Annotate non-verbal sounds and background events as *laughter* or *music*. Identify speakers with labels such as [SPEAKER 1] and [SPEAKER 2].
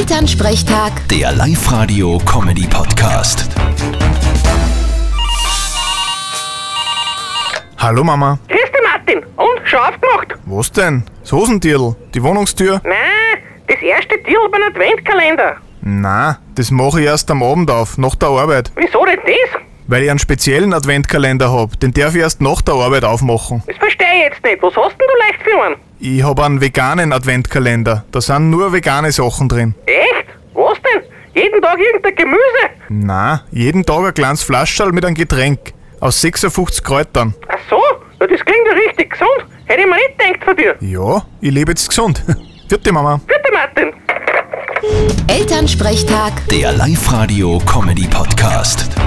[SPEAKER 1] Elternsprechtag,
[SPEAKER 2] Der Live-Radio-Comedy-Podcast.
[SPEAKER 3] Hallo Mama,
[SPEAKER 4] Grüß dich, Martin. Und, schon aufgemacht?
[SPEAKER 3] was denn? Das Hosentierl, die Wohnungstür?
[SPEAKER 4] Nein, das erste Deal beim Adventkalender.
[SPEAKER 3] Na, das mache ich erst am Abend auf, nach der Arbeit.
[SPEAKER 4] Wieso denn das?
[SPEAKER 3] Weil ich einen speziellen Adventkalender habe, den darf ich erst nach der Arbeit aufmachen.
[SPEAKER 4] Das verstehe ich jetzt nicht. Was hast denn du leicht für einen?
[SPEAKER 3] Ich habe einen veganen Adventkalender, da sind nur vegane Sachen drin.
[SPEAKER 4] Echt? Was denn? Jeden Tag irgendein Gemüse?
[SPEAKER 3] Na, jeden Tag ein kleines Flascherl mit einem Getränk. Aus 56 Kräutern.
[SPEAKER 4] Ach so, ja, das klingt ja richtig gesund. Hätte ich mir nicht gedacht von dir.
[SPEAKER 3] Ja, ich lebe jetzt gesund. *laughs* Vierte Mama.
[SPEAKER 4] Bitte, Martin.
[SPEAKER 1] Elternsprechtag.
[SPEAKER 2] Der Live-Radio-Comedy-Podcast.